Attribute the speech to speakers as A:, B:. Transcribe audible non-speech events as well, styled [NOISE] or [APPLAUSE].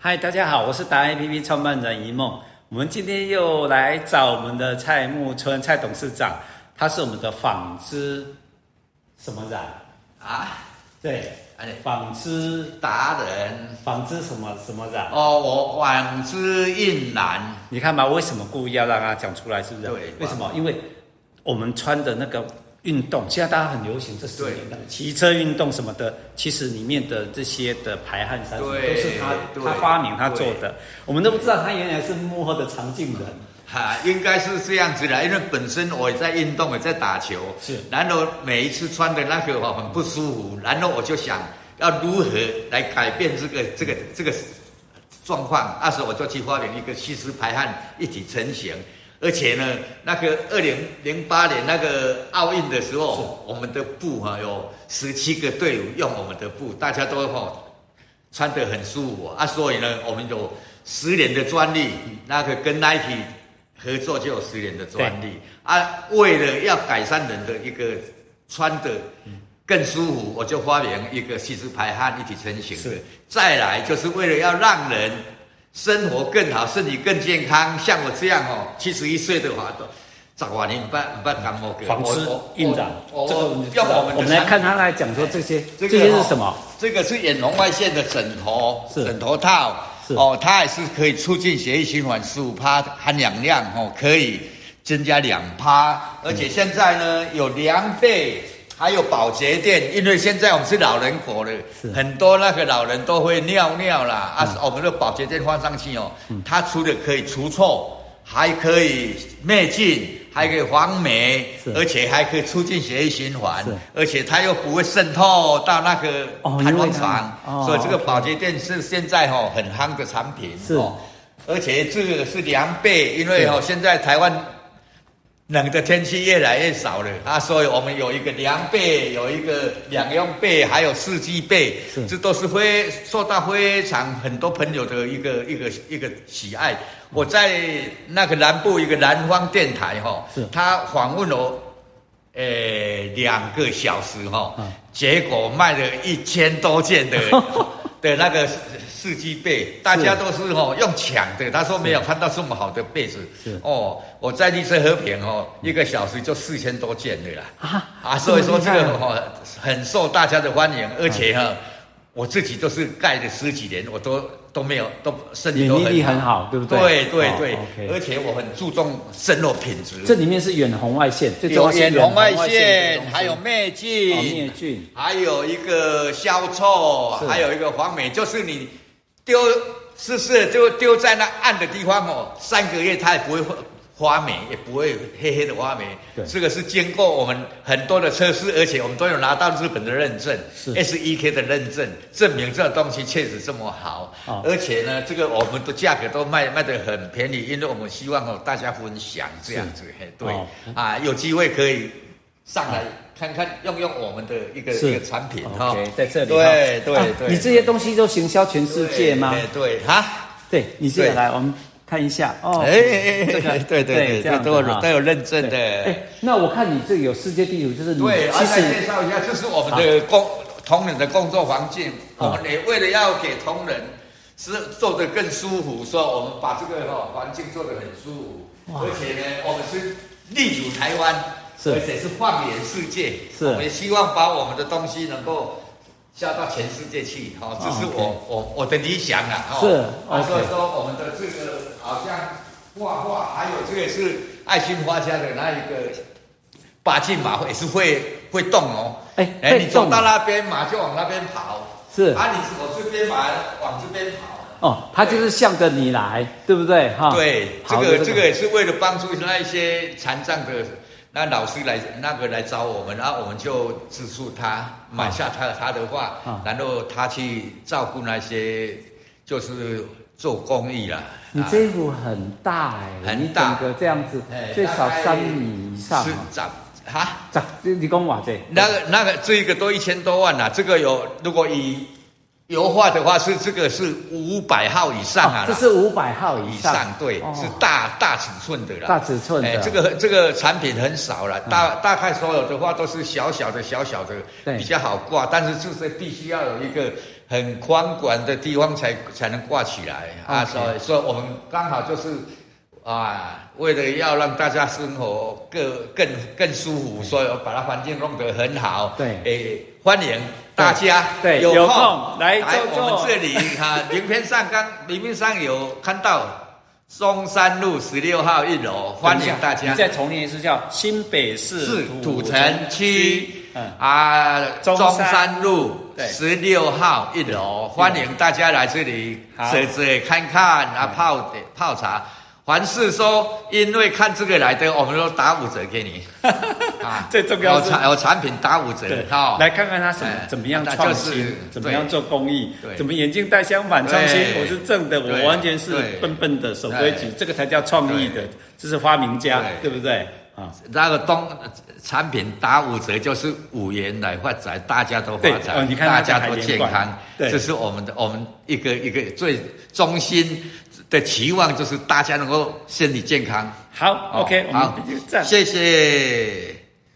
A: 嗨，大家好，我是达 A P P 创办人一梦。我们今天又来找我们的蔡木村蔡董事长，他是我们的纺织什么染？
B: 啊，
A: 对，
B: 哎，
A: 纺织
B: 达人
A: 纺织什么什么染？
B: 哦，我纺织印染，
A: 你看吧，为什么故意要让他讲出来？是不是？
B: 对
A: 为什么？因为我们穿的那个运动，现在大家很流行这十
B: 对
A: 年来骑车运动什么的，其实里面的这些的排汗衫什么
B: 对
A: 都是他
B: 对
A: 他发明他做的，我们都不知道他原来是幕后的常进人。
B: 哈、应该是这样子的，因为本身我也在运动，也在打球，
A: 是
B: 然后每一次穿的那个哦很不舒服，然后我就想要如何来改变这个这个这个状况，那时候我就去发明一个吸湿排汗一体成型。而且呢，那个二零零八年那个奥运的时候，我们的布哈、有十七个队伍用我们的布，大家都哈、穿得很舒服啊，所以呢，我们有十年的专利，那个跟 Nike 合作就有十年的专利啊。为了要改善人的一个穿的更舒服，我就发明一个吸湿排汗一体成型的
A: 是。
B: 再来就是为了要让人生活更好，身体更健康。像我这样哦，七十一岁的话都。早晚你不不感冒过，
A: 纺织
B: 我我
A: 印染，
B: 我
A: 这个我们就知
B: 用
A: 道
B: 我们的
A: 我们来
B: 产品
A: 看他来讲说这些，
B: 这
A: 这
B: 个
A: 些
B: 哦
A: 是什么？
B: 这个是远红外线的枕头，
A: 是
B: 枕头套
A: 是
B: 哦，它也是可以促进血液循环十五趴含氧量哦，可以增加两趴，而且现在呢有凉被。还有保洁垫，因为现在我们是老人国了
A: 是，
B: 很多那个老人都会尿尿啦啊，
A: 嗯
B: 我们的保洁垫放上去哦，它除了可以除臭，还可以灭菌，还可以防霉
A: 是，
B: 而且还可以促进血液循环
A: 是，
B: 而且它又不会渗透到那个
A: 哦
B: 弹
A: 因为
B: 簧
A: 它
B: 床，
A: 哦
B: 所以这个保洁垫是现在哈、很夯的产品，
A: 是
B: 哦，而且这个是凉被，因为哦现在台湾冷的天气越来越少了啊，所以我们有一个凉被，有一个两用被，还有四季被
A: 是，
B: 这都是非受到非常很多朋友的一个一个一个喜爱。我在那个南部一个南方电台哈、
A: 是
B: 他访问我。呃，两个小时哈、
A: 嗯
B: 结果卖了一千多件的
A: [LAUGHS]
B: 的那个四季被，大家都是哦用抢的。他说没有看到这么好的被子
A: 是，
B: 哦，我在绿色和平哦，一个小时就四千多件的啦
A: 啊
B: 啊，所以说
A: 这
B: 这
A: 么厉
B: 个
A: 害啊啊
B: 哦很受大家的欢迎，而且哈、我自己都是盖了十几年，我都都没有都身体
A: 免
B: 都
A: 疫力
B: 很
A: 很好，对不
B: 对
A: 对？
B: 对
A: 哦
B: 对，
A: OK
B: 而且我很注重生活品质。
A: 这里面是远红外线，最重要
B: 有
A: 是
B: 远红外
A: 这个
B: 线
A: 东，西
B: 还有灭菌，
A: 哦灭菌
B: 还有一个消臭
A: 是，
B: 还有一个防霉，就是你丢是是就丢在那暗的地方哦，三个月它也不会发霉，也不会黑黑的发霉
A: 对。
B: 这个是经过我们很多的测试，而且我们都有拿到日本的认证
A: 是
B: ，SEK 的认证，证明这个东西确实这么好。
A: 哦
B: 而且呢，这个我们的价格都卖卖得很便宜，因为我们希望哦大家分享这样子，嘿，对。
A: 哦
B: 啊，有机会可以上来看看，用用我们的一个
A: 是
B: 一个产品哈
A: OK，。在这里哈。
B: 对对
A: 啊
B: 对，
A: 你这些东西都行销全世界吗？
B: 对对对哈，
A: 对，你这个
B: 对
A: 来，我们看一下哦。
B: 哎哎哎
A: 这个
B: 对对对
A: 这样子
B: 都有
A: 哈
B: 都有认证的
A: 对哎，那我看你这个有世界地图，就是你
B: 对，
A: 嗯
B: 啊
A: 其
B: 而
A: 实
B: 且介绍一下，这是我们的工同仁的工作环境，
A: 好
B: 我们也为了要给同仁是做得更舒服，所以我们把这个哈环境做得很舒服，
A: 哇
B: 而且呢，我们是立足台湾，
A: 是
B: 而且是放眼世界，
A: 是
B: 我们也希望把我们的东西能够。下到全世界去，哈、这是我、我我的理想啊，哦
A: 啊是
B: 啊
A: OK
B: 所以说我们的这个好像画画，还有这个是爱心画家的那一个八骏马也是会会动哦。
A: 哎会
B: 你走
A: 动
B: 到那边马就往那边跑，
A: 是
B: 啊，你走这边马往这边跑。
A: 哦，它就是向着你来，对不对？哈，
B: 对，这
A: 啊好
B: 个
A: 的
B: 这个也是为了帮助那一些残障的那老师来那个来找我们，然后我们就资助他买下他他的画
A: 啊，
B: 然后他去照顾那些就是做公益啦。
A: 你
B: 啊
A: 这一幅很大哎，
B: 很
A: 你
B: 大
A: 整个这样子
B: 哎，
A: 最少
B: 大概
A: 三米以上
B: 是
A: 啊。
B: 长哈。
A: 咋？你你跟我讲这
B: 那个那个这一个都一千多万啦、这个有如果以油画的话是这个是五百号以上啊
A: 哦
B: 啦、
A: 这是五百号
B: 以
A: 上，
B: 上对、
A: 哦
B: 是大大尺寸的啦，
A: 大尺寸的
B: 哎这个这个产品很少了，大大概所有的话都是小小的小小的
A: 对，
B: 比较好挂，但是就是必须要有一个很宽广的地方才才能挂起来啊，
A: OK
B: 所以所以我们刚好就是啊，为了要让大家生活更更更舒服，所以我把它环境弄得很好。
A: 对
B: 诶，欢迎大家
A: 对
B: 有
A: 有
B: 空
A: 空来坐坐
B: 我们这里哈，名片上刚名片上有看到中山路十六号一楼，欢迎大
A: 你
B: 家。
A: 再重念一次，叫新北市
B: 是土城区
A: 嗯，
B: 啊
A: 中
B: 中
A: 山
B: 山路
A: 对
B: 十六号一楼，欢迎大家来这里
A: 好嗯
B: 走走看看啊，泡泡茶。凡是说因为看这个来的，我们都打五折给
A: [LAUGHS]
B: 你啊
A: 最重要
B: 有
A: 是
B: 产有产品打五折
A: 对，
B: 哈。
A: 来看看他什么
B: 哎
A: 怎么样
B: 那
A: 创
B: 就
A: 新
B: 是，
A: 怎么样做公益
B: 对，
A: 怎么眼镜戴相反创新，
B: 对
A: 我是正的，
B: 对
A: 我完全是
B: 对
A: 笨笨的守规矩
B: 对，
A: 这个才叫创意的，这是发明家，对
B: 对
A: 不对？啊，
B: 那个东产品打五折，就是五元来发财，大家都发
A: 对
B: 财，
A: 哦你看
B: 大
A: 他这
B: 家
A: 还
B: 都
A: 连
B: 健
A: 贯
B: 康，
A: 对
B: 这是我们的我们一个一个最中心的期望，就是大家能够身体健康。
A: 好，OK，我们
B: 好
A: 就这样，。
B: 谢谢。